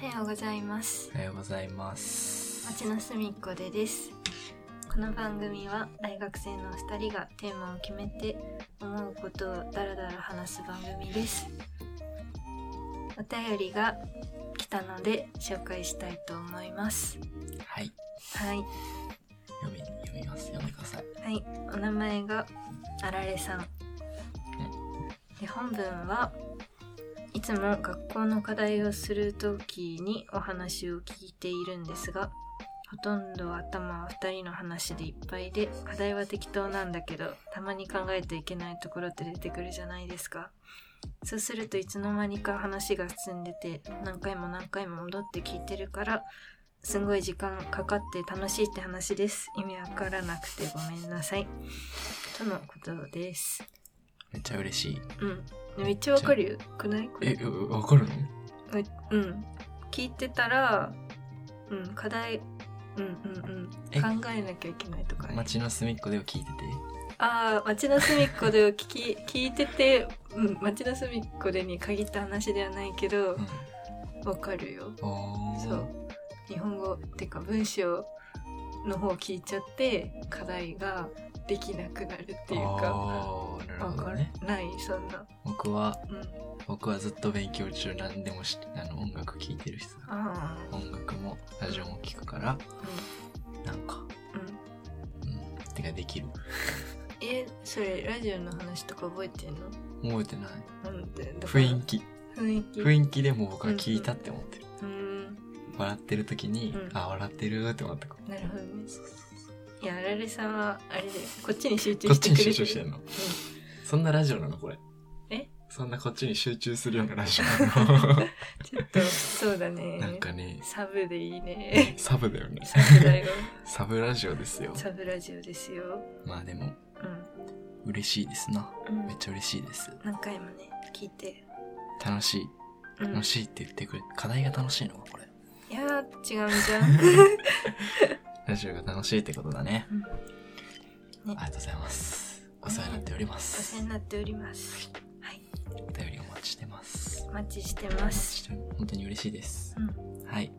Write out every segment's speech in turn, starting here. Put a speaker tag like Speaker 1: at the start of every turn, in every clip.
Speaker 1: おはようございます
Speaker 2: おはようございま
Speaker 1: 町
Speaker 2: す。
Speaker 1: の隅っこでですこの番組は大学生の2人がテーマを決めて思うことをダラダラ話す番組ですお便りが来たので紹介したいと思います
Speaker 2: はい、
Speaker 1: はい
Speaker 2: 読み読みます。読んでください。
Speaker 1: はい、お名前があられさん。で本文はいつも学校の課題をするときにお話を聞いているんですが、ほとんど頭は2人の話でいっぱいで、課題は適当なんだけど、たまに考えていけないところって出てくるじゃないですか。そうするといつの間にか話が進んでて、何回も何回も戻って聞いてるから、すごい時間かかって楽しいって話です。意味わからなくてごめんなさい。とのことです。
Speaker 2: めっちゃ嬉しい。
Speaker 1: うん。めっちゃわかるよ。くない
Speaker 2: え、うわかるの？
Speaker 1: うん。聞いてたら、うん、課題、うんうん
Speaker 2: え
Speaker 1: うん。考えなきゃいけないとかね。
Speaker 2: 街の隅っこでを聞いてて。
Speaker 1: ああ、町の隅っこでを聞 き、聞いてて、うん、町の隅っこでに限った話ではないけど
Speaker 2: う、ん。
Speaker 1: わかるよ。
Speaker 2: おー
Speaker 1: そう。日本語ってか文章の方を聞いちゃって課題ができなくなるっていうか
Speaker 2: あーなる
Speaker 1: わ
Speaker 2: ほ
Speaker 1: か
Speaker 2: ど
Speaker 1: ら
Speaker 2: ね。
Speaker 1: ないそんな、
Speaker 2: 僕は
Speaker 1: うん、
Speaker 2: 僕はずっと勉強中何でもしあの音楽聴いてるしさ。
Speaker 1: ああ
Speaker 2: 音楽もラジオも聞くからなんか
Speaker 1: うんうん
Speaker 2: うんてかできる。
Speaker 1: えそれラジオの話とか覚えてんの
Speaker 2: 覚えてない。
Speaker 1: なんでだから
Speaker 2: 雰囲気
Speaker 1: 雰囲気
Speaker 2: 雰囲気でも僕は聞いたって思ってる。
Speaker 1: うーん
Speaker 2: 笑ってる時に、
Speaker 1: うん
Speaker 2: あ笑ってるって思った。こ
Speaker 1: なるほどねいやあられさんはあれでこっちに集中
Speaker 2: っ
Speaker 1: し
Speaker 2: ち
Speaker 1: て
Speaker 2: に
Speaker 1: くれて
Speaker 2: 集
Speaker 1: る
Speaker 2: 中してんの。そんなラジオなのこれ。
Speaker 1: え
Speaker 2: そんなこっちに集中するようなラジオ なの
Speaker 1: ちょっとそうだね
Speaker 2: なんかね、
Speaker 1: サブでいいね
Speaker 2: サブだよね。
Speaker 1: サブだよ
Speaker 2: サブラジオですよ。
Speaker 1: サブラジオですよ
Speaker 2: まあでも、
Speaker 1: う
Speaker 2: 嬉しいですな。
Speaker 1: ん、うん
Speaker 2: めっ、ちゃ嬉しいです。
Speaker 1: 何回もね聞いて、
Speaker 2: 楽しい。
Speaker 1: うん、
Speaker 2: 楽しいって言ってくれ。課題が楽しいのか、これ。
Speaker 1: いやー違うんじゃん
Speaker 2: ラジオが楽しいってことだね。
Speaker 1: うん
Speaker 2: ありがとうございます。お世話になっておりま
Speaker 1: お世話
Speaker 2: す
Speaker 1: に。なっておりますはい
Speaker 2: お便りお待ちしてます。
Speaker 1: お待ちして
Speaker 2: お
Speaker 1: ま
Speaker 2: 待ち
Speaker 1: す
Speaker 2: して本当に嬉しいです。
Speaker 1: うん
Speaker 2: はい。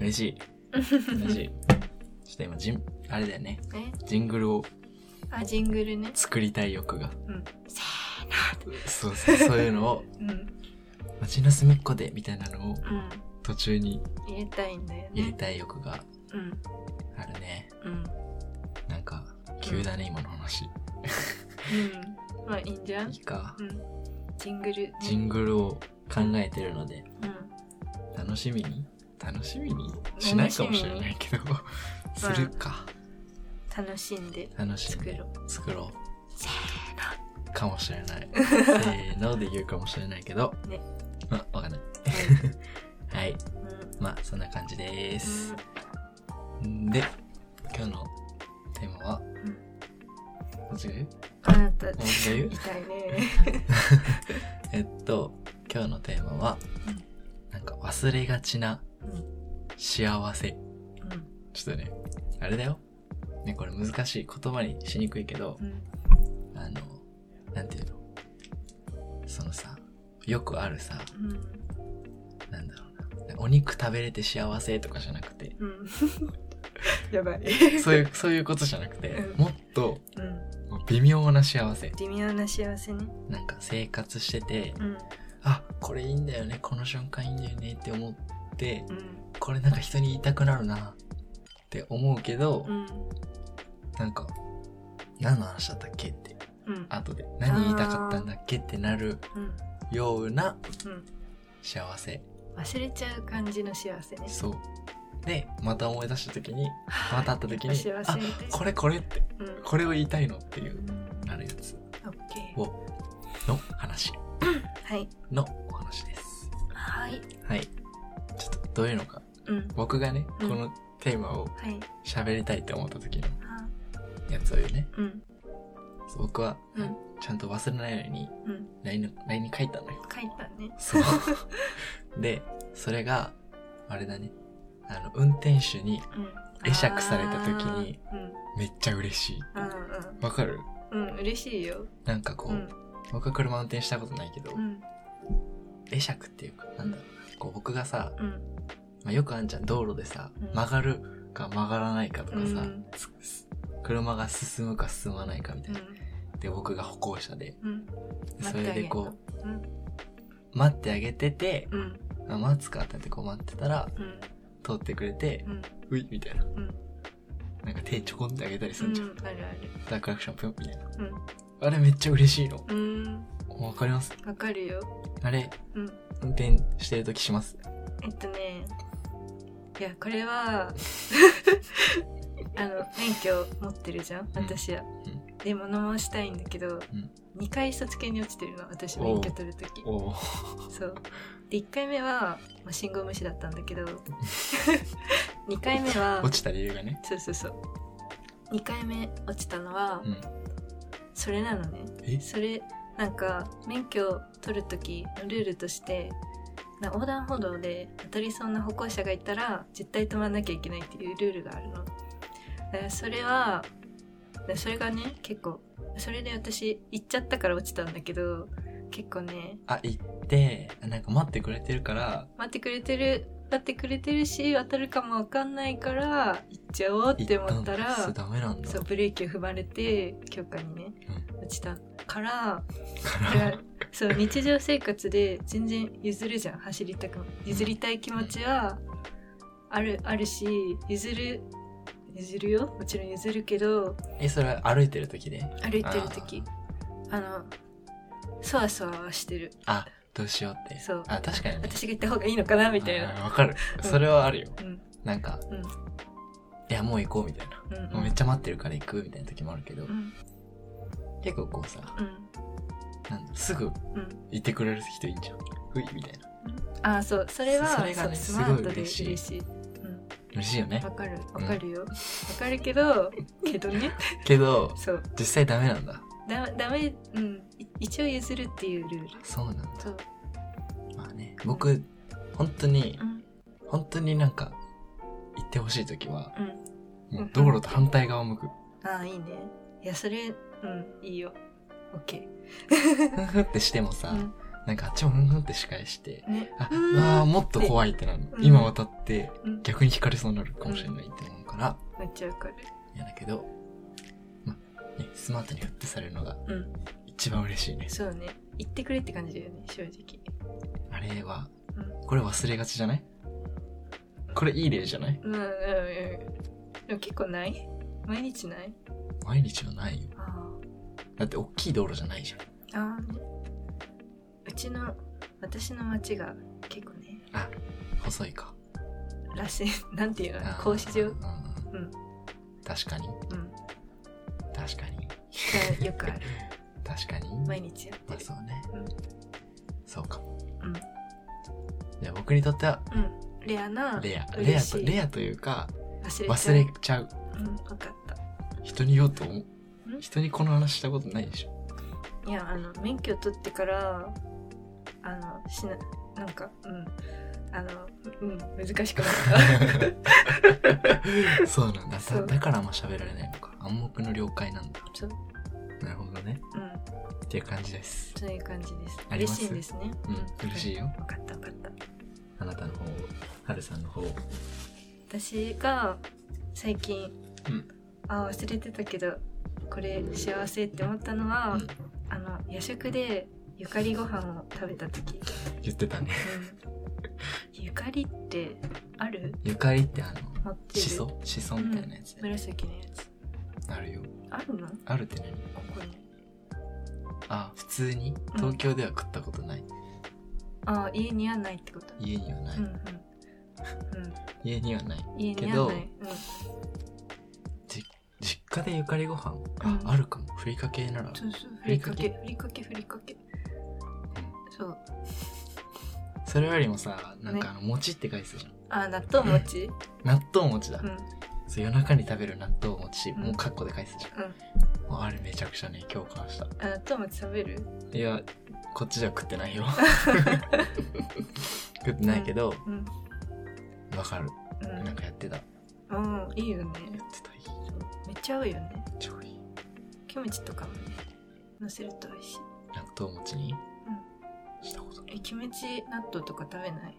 Speaker 2: 嬉し い。嬉しい。ちょっと今、ジン、あれだよね。
Speaker 1: え
Speaker 2: ジングルを
Speaker 1: あジングルね
Speaker 2: 作りたい欲が。
Speaker 1: うん
Speaker 2: そうそう、そういうのを、
Speaker 1: うんう
Speaker 2: 街の隅っこでみたいなのを
Speaker 1: ん
Speaker 2: 途中に
Speaker 1: 入れたいんだよ
Speaker 2: 入れ
Speaker 1: ね
Speaker 2: たい欲が
Speaker 1: うん
Speaker 2: あるね。
Speaker 1: うんうん
Speaker 2: なんか、急だね、今の話。
Speaker 1: まあいいんじゃん
Speaker 2: いいか
Speaker 1: う。んジングルね
Speaker 2: ジングルを考えてるので、
Speaker 1: うん
Speaker 2: 楽しみに楽しみにしないかもしれないけど、す
Speaker 1: しみに
Speaker 2: るか。
Speaker 1: 楽しんで
Speaker 2: 楽しん
Speaker 1: 作
Speaker 2: で
Speaker 1: ろう
Speaker 2: 作ろ
Speaker 1: せー
Speaker 2: う。かもし れない。せーので言うかもしれないけど。
Speaker 1: ね
Speaker 2: まあ、わかんない。 はい。
Speaker 1: のうん
Speaker 2: まあ、そんな感じです。
Speaker 1: うん
Speaker 2: で、今日のテーマは、
Speaker 1: ん
Speaker 2: こっちが言う
Speaker 1: あなた
Speaker 2: もう一回言う
Speaker 1: 痛いね
Speaker 2: えっと今日のテーマは、
Speaker 1: うん
Speaker 2: なんか忘れがちな
Speaker 1: うん
Speaker 2: 幸せ
Speaker 1: うん
Speaker 2: ちょっとねあれだよねこれ難しい言葉にしにくいけど
Speaker 1: うん
Speaker 2: あのなんていうのそのさよくあるさ
Speaker 1: うん
Speaker 2: なんだろうなお肉食べれて幸せとかじゃなくて
Speaker 1: うん やばい
Speaker 2: そういうそういうことじゃなくて
Speaker 1: うん
Speaker 2: もっと
Speaker 1: うん
Speaker 2: 微妙な幸せ
Speaker 1: 微妙な幸せね
Speaker 2: なんか生活してて
Speaker 1: うん
Speaker 2: あこれいいんだよねこの瞬間いいんだよねって思って
Speaker 1: うん
Speaker 2: これなんか人に言いたくなるなって思うけど、
Speaker 1: うん
Speaker 2: なんか何の話だったっけって
Speaker 1: うん
Speaker 2: 後で何言いたかったんだっけってなる
Speaker 1: うん
Speaker 2: ような
Speaker 1: うん
Speaker 2: 幸せ
Speaker 1: 忘れちゃう感じの幸せね
Speaker 2: そうでまた思い出した時にまた会った時に
Speaker 1: 幸せ
Speaker 2: あ
Speaker 1: み
Speaker 2: これこれって
Speaker 1: たいうん
Speaker 2: これを言いたいのっていう
Speaker 1: うん
Speaker 2: なるやつ
Speaker 1: オッケー
Speaker 2: をの話
Speaker 1: はい
Speaker 2: のお話です
Speaker 1: はい
Speaker 2: はいちょっとどういうのか
Speaker 1: うん
Speaker 2: 僕がね
Speaker 1: う
Speaker 2: こ
Speaker 1: ん
Speaker 2: のテーマを
Speaker 1: はい
Speaker 2: 喋りたいって思った時の
Speaker 1: あ
Speaker 2: やつを言うね
Speaker 1: うん
Speaker 2: そう僕は、
Speaker 1: うん
Speaker 2: ちゃんと忘れないように
Speaker 1: うん
Speaker 2: LINE の LINE に書いたのよ。
Speaker 1: 書いたね
Speaker 2: そう。で、それが、あれだね。あの、運転手に
Speaker 1: うん
Speaker 2: 会釈された時に
Speaker 1: あーうん
Speaker 2: めっちゃ嬉しい。
Speaker 1: うん
Speaker 2: わかる
Speaker 1: うんうん嬉しいよ
Speaker 2: なんかこ
Speaker 1: う
Speaker 2: う、
Speaker 1: ん
Speaker 2: 僕は車運転したことないけど、
Speaker 1: うん
Speaker 2: 会釈っていうか、なんだろうな。こう僕がさ、
Speaker 1: うん
Speaker 2: まあ、よくあんちゃん道路でさ、
Speaker 1: うん
Speaker 2: 曲がるか曲がらないかとかさ、
Speaker 1: うん
Speaker 2: つす車が進むか進まないかみたいな。で、僕が歩行者で、
Speaker 1: うん
Speaker 2: でそれでこ
Speaker 1: ううん
Speaker 2: う、待ってあげてて、
Speaker 1: うん
Speaker 2: あ待つかってなってこう待ってたら、
Speaker 1: うん
Speaker 2: 通ってくれて、
Speaker 1: うん
Speaker 2: ういみたいな。
Speaker 1: うん
Speaker 2: なんか手ちょこんってあげたりす
Speaker 1: う
Speaker 2: るじゃん。
Speaker 1: んあるある
Speaker 2: ダークアクションぷんみたいな。
Speaker 1: うん
Speaker 2: あれめっちゃ嬉しいの。
Speaker 1: うん
Speaker 2: わかります
Speaker 1: わかるよ
Speaker 2: あれ、
Speaker 1: うん
Speaker 2: 運転してるときします。
Speaker 1: えっとねいやこれ はあの免許持ってるじゃん
Speaker 2: うん
Speaker 1: 私は、
Speaker 2: う
Speaker 1: で物申したいんだけど、
Speaker 2: ん
Speaker 1: 二2回卒検に落ちてるの私
Speaker 2: おう
Speaker 1: 免許取るとき
Speaker 2: おー
Speaker 1: そうで1回目は、まあ、信号無視だったんだけ ど2回目は
Speaker 2: 落ちた理由がね。
Speaker 1: そうそうそう2回目落ちたのは、
Speaker 2: うん
Speaker 1: それなのね
Speaker 2: え
Speaker 1: それなんか免許を取る時のルールとしてな横断歩道で当たりそうな歩行者がいたら絶対止まんなきゃいけないっていうルールがあるのだからそれはだからそれがね結構それで私行っちゃったから落ちたんだけど結構ね
Speaker 2: あ、行って、あなんか待ってくれてるから、
Speaker 1: 待ってくれてる待ってくれてるし渡るかもわかんないから行っちゃおうって思ったら
Speaker 2: 一旦そうダメなんだ。
Speaker 1: そうブレーキを踏まれて教科にね、落ちたからだから そう日常生活で全然譲るじゃん走りたく譲りたい気持ちはあるあるし譲る譲るよもちろん譲るけど
Speaker 2: え、それは歩いてるときで。
Speaker 1: 歩いてる時あのそわそわはしてる
Speaker 2: あ、どうしようって。
Speaker 1: そう
Speaker 2: あ、確かにね。
Speaker 1: 私が行った方がいいのかなみたいな
Speaker 2: あわかる。
Speaker 1: うん
Speaker 2: それはあるよ。
Speaker 1: うん
Speaker 2: なんか、
Speaker 1: うん
Speaker 2: いや、もう行こうみたいな。
Speaker 1: うん
Speaker 2: もうめっちゃ待ってるから行くみたいな時もあるけ
Speaker 1: う、
Speaker 2: ど
Speaker 1: ん
Speaker 2: 結構こうさ、
Speaker 1: うん
Speaker 2: なんだすぐ
Speaker 1: うん
Speaker 2: 行ってくれる人いいんじゃん。ういみたいな。
Speaker 1: ああそうそれは
Speaker 2: それがね
Speaker 1: そうスマート
Speaker 2: すごい
Speaker 1: で
Speaker 2: 嬉しい
Speaker 1: 嬉しいうん
Speaker 2: 嬉しいよね
Speaker 1: わ、。かるわかるよわ、かるけどけどね
Speaker 2: けど、
Speaker 1: そう
Speaker 2: 実際ダメなんだ。
Speaker 1: だダメうんい一応譲るっていうルール
Speaker 2: そうなんだ。
Speaker 1: そう
Speaker 2: まあね、僕、本当に
Speaker 1: う、ん
Speaker 2: 本当になんか、行ってほしい時は、
Speaker 1: うん
Speaker 2: もう道路と反対側を向く。
Speaker 1: ああいいねいやそれうんいいよオッケ
Speaker 2: ふんふんってしてもさ、
Speaker 1: ーうん
Speaker 2: なんかあっちもふんふんって仕返して、
Speaker 1: ね
Speaker 2: あ、
Speaker 1: うん
Speaker 2: うわあもっと怖いってなるの。
Speaker 1: うん
Speaker 2: 今渡って
Speaker 1: うん
Speaker 2: 逆に惹かれそうになるかもしれないって思うから、
Speaker 1: めっちゃわかる
Speaker 2: 嫌だけど、まあ、ね、スマートにフッてされるのが
Speaker 1: うん
Speaker 2: 一番嬉しいね。
Speaker 1: そうね言ってくれって感じだよね正直
Speaker 2: あれは
Speaker 1: う、
Speaker 2: これ忘れがちじゃないこれいい例じゃない
Speaker 1: うんうんうんでも結構ない毎日ない
Speaker 2: 毎日はないよ。
Speaker 1: あ
Speaker 2: だって大きい道路じゃないじゃん。
Speaker 1: あああねうちの私の町が結構ね
Speaker 2: 細いか。
Speaker 1: らしい なんていうの
Speaker 2: あー
Speaker 1: 格子状う
Speaker 2: うんんうん
Speaker 1: うん
Speaker 2: 確かに、確かに、
Speaker 1: がよくある
Speaker 2: 確かに。
Speaker 1: 毎日やって
Speaker 2: まあ
Speaker 1: る
Speaker 2: そうね。
Speaker 1: うん
Speaker 2: そうかも。
Speaker 1: うん
Speaker 2: じゃあ僕にとっては
Speaker 1: うんレアな
Speaker 2: レア。レ
Speaker 1: 嬉
Speaker 2: ア
Speaker 1: し
Speaker 2: と、
Speaker 1: い
Speaker 2: レアというか、
Speaker 1: 忘れちゃ
Speaker 2: 忘
Speaker 1: う
Speaker 2: れちゃう。
Speaker 1: うんわかった
Speaker 2: 人に言おうと思う。
Speaker 1: ん
Speaker 2: 人にこの話したことないで しょ。
Speaker 1: いやあの免許取ってからあのしななんかうんあのうん難しくなっ
Speaker 2: そうなんだ。
Speaker 1: そ
Speaker 2: だ
Speaker 1: う
Speaker 2: だからあんま喋られないのか。暗黙の了解なんだ。
Speaker 1: たそう
Speaker 2: なるほどね。
Speaker 1: うん
Speaker 2: っていう感じです。
Speaker 1: そういう感じです
Speaker 2: あり
Speaker 1: 嬉
Speaker 2: ます
Speaker 1: しいんですね
Speaker 2: うん、嬉しいよ。
Speaker 1: 分かった分かった
Speaker 2: あなたの方、はるさんの方。
Speaker 1: 私が最近、
Speaker 2: うん
Speaker 1: あ忘れてたけどこれ幸せって思ったのは、
Speaker 2: うん
Speaker 1: あの夜食でゆかりご飯を食べた 時、
Speaker 2: 言ってたね。
Speaker 1: うん、ゆかりってある
Speaker 2: ゆかりってあの、
Speaker 1: 持ってる
Speaker 2: しそしそみたいなやつ、ね
Speaker 1: 紫のやつ
Speaker 2: あるよ。
Speaker 1: あるのこ
Speaker 2: あるって何
Speaker 1: こに
Speaker 2: あ、普通に東京では食ったことない。
Speaker 1: ああ家にはないってこと
Speaker 2: 家にはない。
Speaker 1: うんうんうん
Speaker 2: 家にはない。
Speaker 1: 家に
Speaker 2: け
Speaker 1: は
Speaker 2: ど
Speaker 1: ない、
Speaker 2: 実家でゆかりご飯、あ
Speaker 1: う、ん
Speaker 2: あるかも。ふりかけなら
Speaker 1: うん、。そうそうふ
Speaker 2: ふ
Speaker 1: り
Speaker 2: り
Speaker 1: か
Speaker 2: か
Speaker 1: け
Speaker 2: け
Speaker 1: ふりかけふりかけそう
Speaker 2: それよりもさ、なんかあの、餅って書いてたじゃん。
Speaker 1: あー納豆餅
Speaker 2: 納豆餅だ
Speaker 1: う。ん
Speaker 2: そう夜中に食べる納豆餅、
Speaker 1: うん
Speaker 2: もうカッコで返すじゃん、もうあれめちゃくちゃね共感した
Speaker 1: あ納豆餅食べる
Speaker 2: いやこっちじゃ食って ないよ食ってないけど
Speaker 1: うん
Speaker 2: わかるなん
Speaker 1: う
Speaker 2: かやってたや
Speaker 1: んうんいいよね
Speaker 2: ってたいい
Speaker 1: めっちゃ合うよね
Speaker 2: 超いい
Speaker 1: キムチとかもね乗せると美味しい
Speaker 2: 納豆餅にしたこと
Speaker 1: えキムチ納豆とか食べない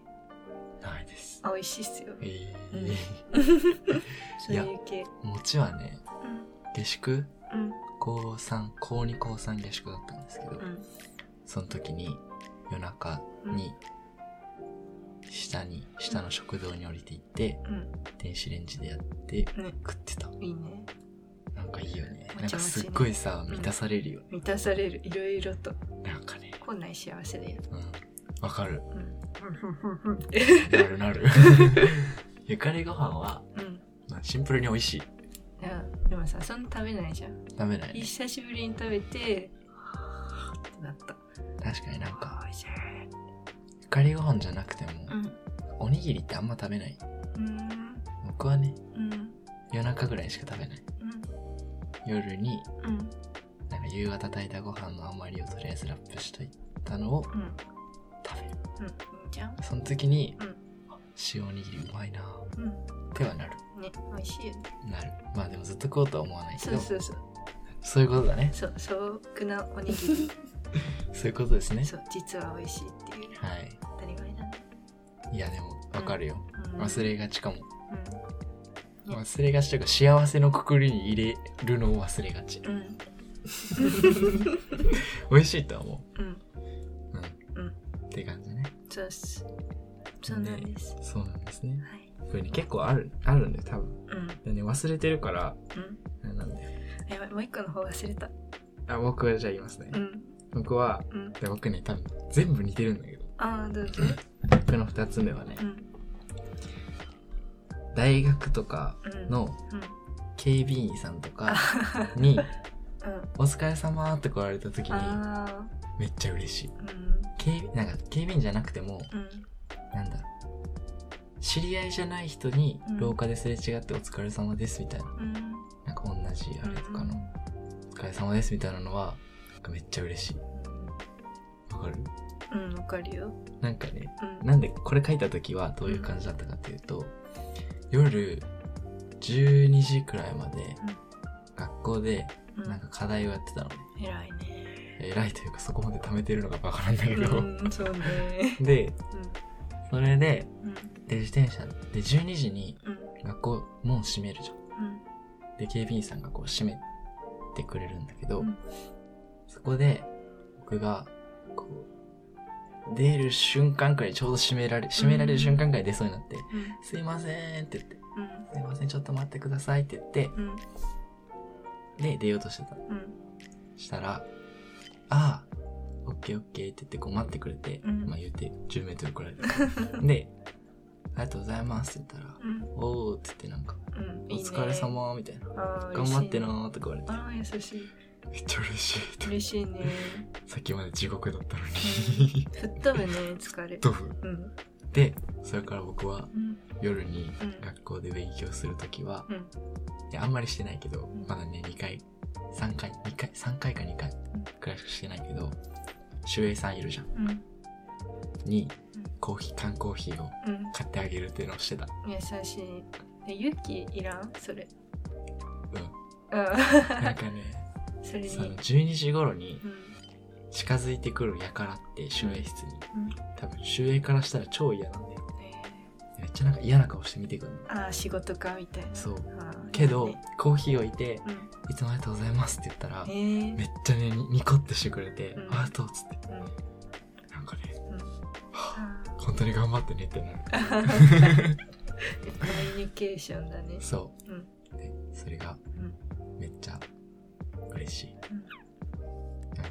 Speaker 2: ないです。
Speaker 1: あ美味しいっすよ
Speaker 2: えー、
Speaker 1: そういう系
Speaker 2: 餅はね、
Speaker 1: う
Speaker 2: 下宿
Speaker 1: んうん
Speaker 2: 高3、高2高3下宿だったんですけど、
Speaker 1: うん
Speaker 2: その時に夜中に下に、下の食堂に降りて行って、
Speaker 1: うん
Speaker 2: 電子レンジでやって
Speaker 1: ね
Speaker 2: 食ってた。
Speaker 1: いいね
Speaker 2: なんかいいよね
Speaker 1: もちも。ち
Speaker 2: なんかすっごいさ、満たされるよね。
Speaker 1: 満たされるいろいろと
Speaker 2: なんかね、
Speaker 1: こんない幸せで
Speaker 2: うん。わかる。
Speaker 1: うんうん
Speaker 2: な るなる。ゆかりご飯は、
Speaker 1: うん
Speaker 2: まあシンプルに美味しい。
Speaker 1: いやでもさそんな食べないじゃん
Speaker 2: ダメだよね。
Speaker 1: 久しぶりに食べてはぁってなった
Speaker 2: 確かになんか、
Speaker 1: あ美味しい
Speaker 2: ゆかりご飯じゃなくても、
Speaker 1: うん
Speaker 2: おにぎりってあんま食べない。
Speaker 1: うん
Speaker 2: 僕はね、
Speaker 1: うん
Speaker 2: 夜中ぐらいしか食べない。夜に、
Speaker 1: うんうん
Speaker 2: なんか夕方炊いたご飯の余りをとりあえずラップしといたのを
Speaker 1: うん
Speaker 2: 食べる。
Speaker 1: うんいいじゃん
Speaker 2: その時に、
Speaker 1: うん
Speaker 2: あ塩おにぎりうまいなぁっ
Speaker 1: うん
Speaker 2: てはなる。
Speaker 1: ね美味しいよね
Speaker 2: なる。まあでもずっと食おうとは思わないけ
Speaker 1: そう
Speaker 2: ど、
Speaker 1: そうそう
Speaker 2: そういうことだね。
Speaker 1: そう素朴なおにぎり
Speaker 2: そういうことですね。
Speaker 1: そう実は美味しいっていう
Speaker 2: はい。
Speaker 1: 当たり前だね
Speaker 2: いやでも、わかるよ。
Speaker 1: うん
Speaker 2: 忘れがちかも。
Speaker 1: うん
Speaker 2: 忘れがちというか、幸せのくくりに入れるのを忘れがち。
Speaker 1: うんうん
Speaker 2: 美味しいとは思
Speaker 1: うん
Speaker 2: う。うん。
Speaker 1: うん
Speaker 2: って感じね。
Speaker 1: そうっすそうなんです
Speaker 2: そうなんですね。
Speaker 1: はい
Speaker 2: これね、結構ある、あるんだよ、多分。
Speaker 1: うん
Speaker 2: でね、忘れてるから、
Speaker 1: うん
Speaker 2: あれなんだよ。
Speaker 1: あやばいもう一個の方忘れた
Speaker 2: あ、僕はじゃあ言いますね。
Speaker 1: うん
Speaker 2: 僕は、
Speaker 1: うん
Speaker 2: で僕ね、多分、全部似てるんだけど。
Speaker 1: ああどうぞ
Speaker 2: 僕の二つ目はね
Speaker 1: う、ん
Speaker 2: 大学とか
Speaker 1: うん
Speaker 2: の
Speaker 1: うん
Speaker 2: 警備員さんと か
Speaker 1: あ
Speaker 2: に、
Speaker 1: うん
Speaker 2: お疲れ様って来られた時に、
Speaker 1: あ
Speaker 2: めっちゃ嬉しい。
Speaker 1: ーうん
Speaker 2: 警備、なんか、警備員じゃなくても、
Speaker 1: うん
Speaker 2: なんだろう。知り合いじゃない人に
Speaker 1: うん
Speaker 2: 廊下ですれ違ってお疲れ様ですみたいな。
Speaker 1: うん
Speaker 2: なんか同じあれとかの、お疲れ様ですみたいなのは、なんかめっちゃ嬉しい。わかる
Speaker 1: うんわかるよ
Speaker 2: なんかね、
Speaker 1: うん
Speaker 2: なんでこれ書いた時はどういう感じだったかっていうと、夜12時くらいまで
Speaker 1: うん
Speaker 2: 学校で
Speaker 1: うん
Speaker 2: なんか課題をやってたのね。
Speaker 1: 偉いね
Speaker 2: 偉いというかそこまで貯めてるのがバカなんだけど。
Speaker 1: うんそうね
Speaker 2: で、それで、
Speaker 1: うん
Speaker 2: で、自転車で12時に
Speaker 1: うん
Speaker 2: 学校もう閉めるじゃん。
Speaker 1: うん
Speaker 2: で、警備員さんがこう閉めてくれるんだけど、
Speaker 1: うん
Speaker 2: そこで僕がこう、出る瞬間くらいちょうど閉められ、閉められる瞬間くらい出そうになって、
Speaker 1: うん
Speaker 2: すいませんって言って、
Speaker 1: うん
Speaker 2: すいません、ちょっと待ってくださいって言って、
Speaker 1: うん
Speaker 2: で、出ようとしてた。
Speaker 1: うん
Speaker 2: したら、ああ、オッケーオッケーって言って、こう待ってくれて、
Speaker 1: うん
Speaker 2: まあ言うて、10メートルくらいで。で、ありがとうございますって言ったら、
Speaker 1: うん
Speaker 2: おーって言ってなんか、
Speaker 1: うん
Speaker 2: お
Speaker 1: いいね
Speaker 2: 疲れ様みたいな。
Speaker 1: あー
Speaker 2: 頑張ってなーとか言われて、
Speaker 1: あー優しい
Speaker 2: めっちゃ嬉しいって。
Speaker 1: 嬉しいね
Speaker 2: さっきまで地獄だったのに。
Speaker 1: 吹っ飛ぶね疲 れ
Speaker 2: ドフ。
Speaker 1: うん
Speaker 2: で、それから僕は
Speaker 1: うん
Speaker 2: 夜に
Speaker 1: うん
Speaker 2: 学校で勉強するときは、
Speaker 1: うん
Speaker 2: いやあんまりしてないけど
Speaker 1: ん、
Speaker 2: まだね、2回、3回、2回、3回か2回くらいしかしてないけど、周平さんいるじゃん。
Speaker 1: うん
Speaker 2: に
Speaker 1: うん、
Speaker 2: コーヒー、缶コーヒーを
Speaker 1: うん
Speaker 2: 買ってあげるっていうのを してた。
Speaker 1: 優しいえ勇気いらんそれ
Speaker 2: うん。
Speaker 1: あ
Speaker 2: なん
Speaker 1: あ
Speaker 2: かね、
Speaker 1: それに
Speaker 2: その12時頃に
Speaker 1: うん
Speaker 2: 近づいてくるやからって、周平室に
Speaker 1: うん。
Speaker 2: 多分、周平からしたら超嫌なんだよ。
Speaker 1: え
Speaker 2: めっちゃなんか嫌な顔して見てくるの。
Speaker 1: ーああ仕事かみたいな
Speaker 2: そう
Speaker 1: あー
Speaker 2: けど
Speaker 1: ね、
Speaker 2: コーヒー置いて、
Speaker 1: うん
Speaker 2: いつもありがとうございますって言ったら
Speaker 1: え、ー
Speaker 2: めっちゃね、にニコってしてくれて、
Speaker 1: うん
Speaker 2: ありがとうっつって。
Speaker 1: うん
Speaker 2: なんかね、
Speaker 1: あー
Speaker 2: 本当に頑張ってねってなる。
Speaker 1: コミュニケーションだね
Speaker 2: そう、
Speaker 1: うん
Speaker 2: でそれが
Speaker 1: ん
Speaker 2: めっちゃ嬉しい、うん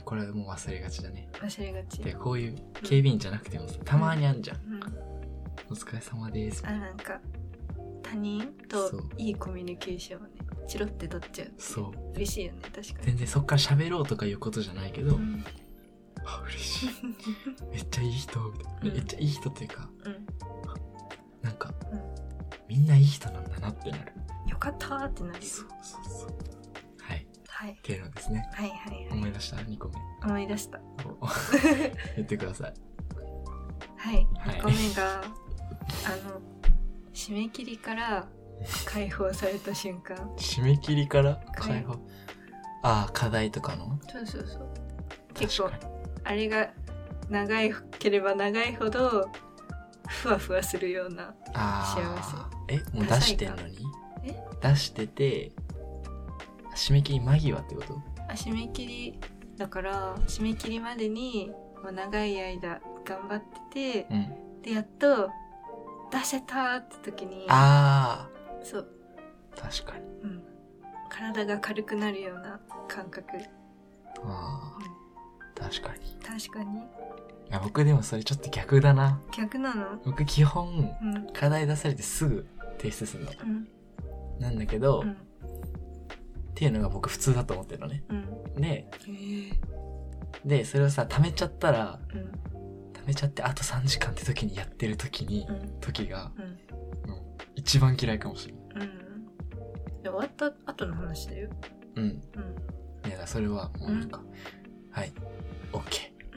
Speaker 2: これはもう忘れがちだね
Speaker 1: 忘れがち
Speaker 2: でこういう警備員じゃなくてもさたまにあんじゃん
Speaker 1: うん
Speaker 2: お疲れ様です
Speaker 1: あなんか他人と
Speaker 2: そう
Speaker 1: いいコミュニケーションをねチロって取っちゃう
Speaker 2: そう
Speaker 1: 嬉しいよね確かに
Speaker 2: 全然そっから喋ろうとかいうことじゃないけど、
Speaker 1: うん
Speaker 2: あ嬉しいめっちゃいい人みたいな
Speaker 1: うん
Speaker 2: めっちゃいい人っていうか
Speaker 1: うん
Speaker 2: なんか
Speaker 1: う
Speaker 2: みんないい人なんだなってなる
Speaker 1: んよかったーってなるよ
Speaker 2: そうそうそうはい
Speaker 1: はい
Speaker 2: っていうのですね
Speaker 1: はいはいはい
Speaker 2: 思い出した2個目
Speaker 1: 思い出した
Speaker 2: お 言ってください
Speaker 1: はい、
Speaker 2: はい
Speaker 1: 2個目があの締め切りから解放された瞬 間
Speaker 2: 締め切りから解放ああ課題とかの
Speaker 1: そうそうそう結構
Speaker 2: 確かに
Speaker 1: あれが長いければ長いほどふわふわするような
Speaker 2: あーえもう出してんのに
Speaker 1: え
Speaker 2: 出してて締め切り間際ってこと
Speaker 1: あ締め切りだから締め切りまでにもう長い間頑張ってて
Speaker 2: うん
Speaker 1: でやっと出せたって時に
Speaker 2: あ
Speaker 1: そう、
Speaker 2: ー確かに
Speaker 1: うん、体が軽くなるような感覚
Speaker 2: あー確かにい
Speaker 1: 確かに
Speaker 2: や僕でもそれちょっと逆だな
Speaker 1: 逆なの
Speaker 2: 僕基本
Speaker 1: うん
Speaker 2: 課題出されてすぐ提出するの
Speaker 1: うん
Speaker 2: なんだけど、
Speaker 1: う
Speaker 2: っ
Speaker 1: ん
Speaker 2: ていうのが僕普通だと思ってるのね
Speaker 1: うん
Speaker 2: で
Speaker 1: えー
Speaker 2: でそれをさ貯めちゃったら
Speaker 1: うん
Speaker 2: 貯めちゃってあと3時間って時にやってる時に、
Speaker 1: うん
Speaker 2: 時が
Speaker 1: うん
Speaker 2: 一番嫌いかもしれない
Speaker 1: うんで終わった後の話だよ
Speaker 2: うん
Speaker 1: うん
Speaker 2: いやそれはもうなんか、はい OK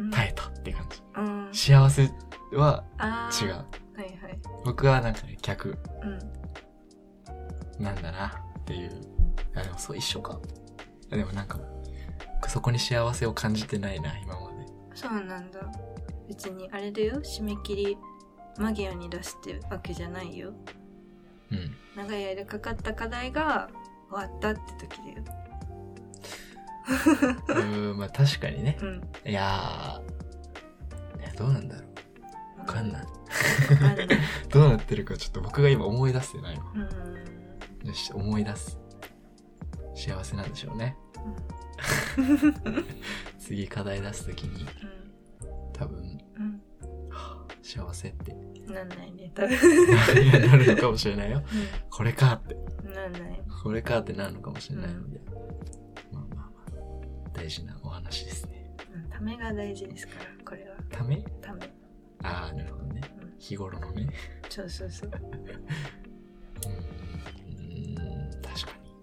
Speaker 1: うん
Speaker 2: 耐えたって感じ
Speaker 1: うん
Speaker 2: 幸せは
Speaker 1: あー
Speaker 2: 違う
Speaker 1: はいはい
Speaker 2: 僕はなんかね逆
Speaker 1: うん
Speaker 2: なんだなっていういやでもそう一緒かいやでもなんかそこに幸せを感じてないな今まで
Speaker 1: そうなんだ別にあれだよ締め切り間際に出すってわけじゃないよ
Speaker 2: うん
Speaker 1: 長い間かかった課題が終わったって時だよ
Speaker 2: うーんまあ確かにね
Speaker 1: うん
Speaker 2: いやーいやどうなんだろうわ
Speaker 1: わ
Speaker 2: かんないい
Speaker 1: わかんない
Speaker 2: どうなってるかちょっと僕が今思い出せてないわ
Speaker 1: うんうん
Speaker 2: よし思い出す幸せなんでしょうね次課題出す時に多分
Speaker 1: うん
Speaker 2: 幸せって
Speaker 1: うんなんないね多分
Speaker 2: なるのかもしれないよ
Speaker 1: う
Speaker 2: これかって
Speaker 1: んなんない
Speaker 2: これかってなるのかもしれないので、まあまあまあ大事なお話ですね
Speaker 1: うんためが大事ですからこれは
Speaker 2: ため
Speaker 1: ため
Speaker 2: ああなるほどね
Speaker 1: うん
Speaker 2: 日頃のね
Speaker 1: そうそうそう
Speaker 2: うんうん確かに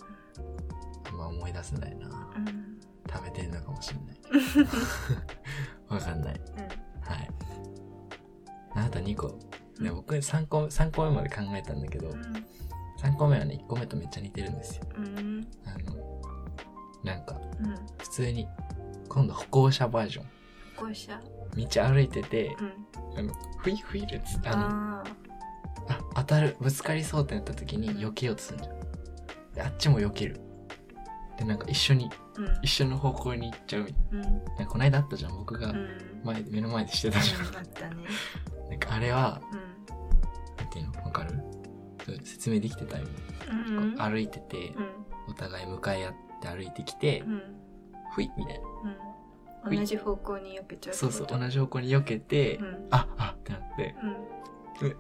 Speaker 2: あんま思い出せないな
Speaker 1: うんうん
Speaker 2: 食べてんのかもしれないわかんないはいあなた2個ね僕3個3個目まで考えたんだけど3個目はね1個目とめっちゃ似てるんですよ
Speaker 1: うんうん
Speaker 2: あのなんか
Speaker 1: うん
Speaker 2: 普通に今度歩行者バージョン
Speaker 1: 歩行者
Speaker 2: 道歩いてて
Speaker 1: うん
Speaker 2: あのふいふいってあの
Speaker 1: あ
Speaker 2: あ当たるぶつかりそうってなった時に避けようとするんじゃんであっちも避けるでなんか一緒に
Speaker 1: あー
Speaker 2: 一緒の方向に行っちゃうみたい
Speaker 1: うん
Speaker 2: ななんかこの間あったじゃん僕が
Speaker 1: うんうん
Speaker 2: 前目の前でしてたじゃん
Speaker 1: あったね
Speaker 2: なんかあれは
Speaker 1: うん
Speaker 2: なんていうのわかるそう説明できてたよ、
Speaker 1: うんうん
Speaker 2: 歩いてて
Speaker 1: うん
Speaker 2: お互い向かい合って歩いてきて
Speaker 1: うん
Speaker 2: ふいみたい
Speaker 1: うん同じ方向に避けちゃ
Speaker 2: な
Speaker 1: う
Speaker 2: そうそう
Speaker 1: ってこ
Speaker 2: 同じ方向に避けて、
Speaker 1: とうん
Speaker 2: ああってなって
Speaker 1: うん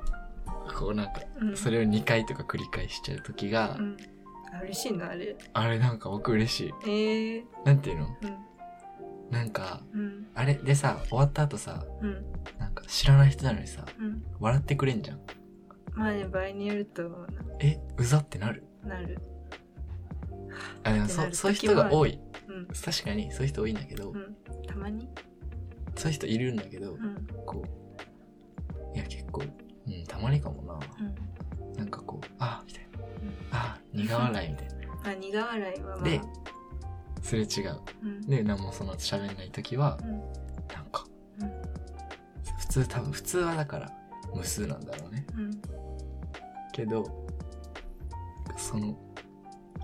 Speaker 2: こうなんか
Speaker 1: うん
Speaker 2: それを2回とか繰り返しちゃう時が、
Speaker 1: うんあ嬉しいなあれ
Speaker 2: あれなんか僕嬉しい
Speaker 1: ええ
Speaker 2: なんていうの
Speaker 1: うん
Speaker 2: なんか
Speaker 1: うん
Speaker 2: あれでさ終わった後さ
Speaker 1: うん
Speaker 2: なんか知らない人なのにさ
Speaker 1: うん
Speaker 2: 笑ってくれんじゃん
Speaker 1: まあね場合によると思う
Speaker 2: えうざってなる
Speaker 1: ななる
Speaker 2: あでも
Speaker 1: ってな
Speaker 2: そ
Speaker 1: る
Speaker 2: そういう人が多い
Speaker 1: うん
Speaker 2: 確かにそういう人多いんだけど、
Speaker 1: うんたまに
Speaker 2: そういう人いるんだけど、
Speaker 1: うん
Speaker 2: こういや結構うんたまにかもな、
Speaker 1: うん
Speaker 2: なんかこうあみたいな、
Speaker 1: ん
Speaker 2: あ苦笑いみたいな
Speaker 1: あ苦笑いはまあ
Speaker 2: でそれ違う
Speaker 1: うん
Speaker 2: で何もその後喋んない時は
Speaker 1: うん
Speaker 2: なんか、
Speaker 1: うん
Speaker 2: 普通多分普通はだから無数なんだろうね
Speaker 1: うん
Speaker 2: けどその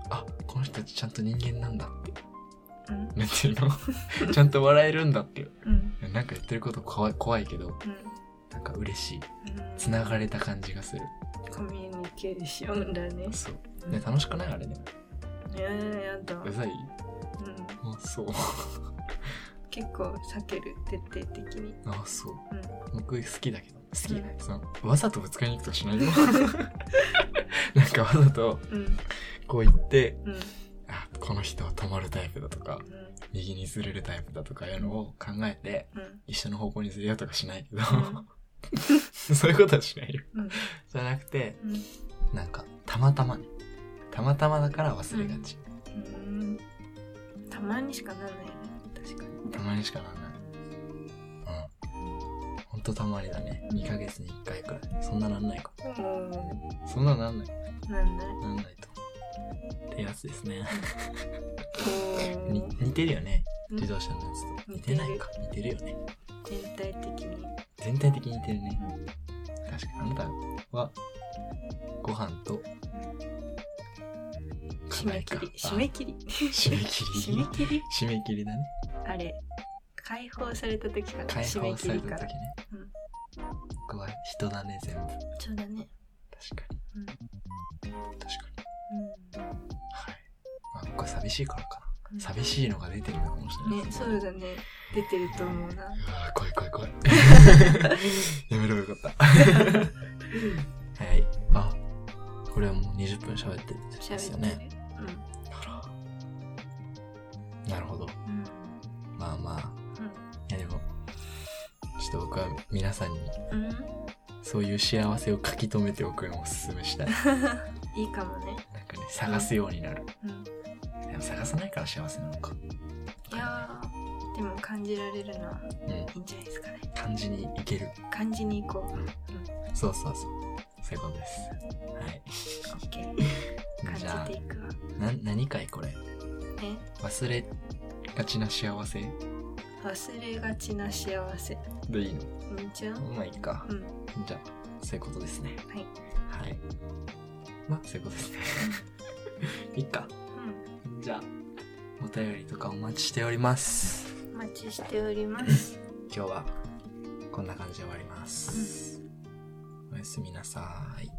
Speaker 2: あこの人たちちゃんと人間なんだって
Speaker 1: うん
Speaker 2: なんていう のちゃんと笑えるんだっていう
Speaker 1: うん
Speaker 2: なんか言ってること怖い怖いけど
Speaker 1: うん
Speaker 2: なんか嬉しい
Speaker 1: うん
Speaker 2: つながれた感じがする
Speaker 1: コミュニケーションだね。
Speaker 2: そうね楽しくないあれでも
Speaker 1: いやいややだ、う。
Speaker 2: うんざいあそう
Speaker 1: 結構避ける、徹底的に。
Speaker 2: あそう
Speaker 1: うん。
Speaker 2: 僕好きだけど好き、
Speaker 1: うん
Speaker 2: そのわざとぶつかりに行くとかしないよ なんかわざと
Speaker 1: うん。
Speaker 2: こう言って
Speaker 1: うん。
Speaker 2: あこの人は止まるタイプだとか右にずれるタイプだとかいうのを考えて
Speaker 1: うん。
Speaker 2: 一緒の方向にずれようとかしないけ
Speaker 1: う
Speaker 2: ど、そういうことはしないよ
Speaker 1: うん。
Speaker 2: じゃなくて
Speaker 1: うん。
Speaker 2: なんかたまたまねたまたまだから忘れがち、
Speaker 1: うん。たまにしかならないよね。確かに。
Speaker 2: たまにしかならないうんほんとたまにだね2ヶ月に1回くらいそんななんないか
Speaker 1: お
Speaker 2: そんななんない
Speaker 1: ー、なんない。
Speaker 2: なんないと思うってやつですね
Speaker 1: お
Speaker 2: に
Speaker 1: ー、
Speaker 2: 似てるよね
Speaker 1: うん
Speaker 2: 自動車のやつと似てないか似てるよね
Speaker 1: 全体的に。
Speaker 2: 全体的に似てるね
Speaker 1: うん
Speaker 2: 確確かにあなたはご飯と
Speaker 1: 締め切り締め切り
Speaker 2: 締め切り
Speaker 1: 締め切り
Speaker 2: 締め切りだね
Speaker 1: あれ解放された時から
Speaker 2: 解
Speaker 1: 締め
Speaker 2: 放
Speaker 1: 切
Speaker 2: され
Speaker 1: り
Speaker 2: た
Speaker 1: から
Speaker 2: 時ね、
Speaker 1: うん
Speaker 2: 僕は人だね全部
Speaker 1: そうだね
Speaker 2: 確かに、
Speaker 1: うん
Speaker 2: 確
Speaker 1: う
Speaker 2: かにはい、まあ、僕は寂しいからか
Speaker 1: ん
Speaker 2: な寂しいのが出てるのかもしれない
Speaker 1: ねそうだね出てると思うな
Speaker 2: うわー怖い怖い 怖いやめればよかったはいあこれはもう20分喋ってるん
Speaker 1: 喋
Speaker 2: です
Speaker 1: っ
Speaker 2: よ
Speaker 1: て
Speaker 2: ね
Speaker 1: る
Speaker 2: あらなるほど
Speaker 1: うん
Speaker 2: まあまあ
Speaker 1: うん
Speaker 2: いやでもちょっと僕は皆さんに
Speaker 1: うん、
Speaker 2: そういう幸せを書き留めておくのをおすすめ したいなんか
Speaker 1: いいかもね。
Speaker 2: ね探すようになる
Speaker 1: うん、
Speaker 2: でも探さないから幸せなのか
Speaker 1: いやーでも感じられるのは
Speaker 2: うん
Speaker 1: いいんじゃないですかね。
Speaker 2: 感じにいける
Speaker 1: 感じに行こ
Speaker 2: そうそうそうそういうことですはい
Speaker 1: オッケー感
Speaker 2: じゃ
Speaker 1: じていくわ。
Speaker 2: あな何回これ
Speaker 1: え
Speaker 2: 忘れがちな幸せ
Speaker 1: 忘れがちな幸せ。い
Speaker 2: でいいの
Speaker 1: いんじゃん
Speaker 2: まあいいか
Speaker 1: うん。
Speaker 2: じゃあそういうことですね
Speaker 1: はい。
Speaker 2: はいまあそういうこと ですねいいか
Speaker 1: う
Speaker 2: じゃあお便りとかお待ちしております
Speaker 1: ん。お待ちしております。
Speaker 2: 今日はこんな感じで終わります、おやすみなさーい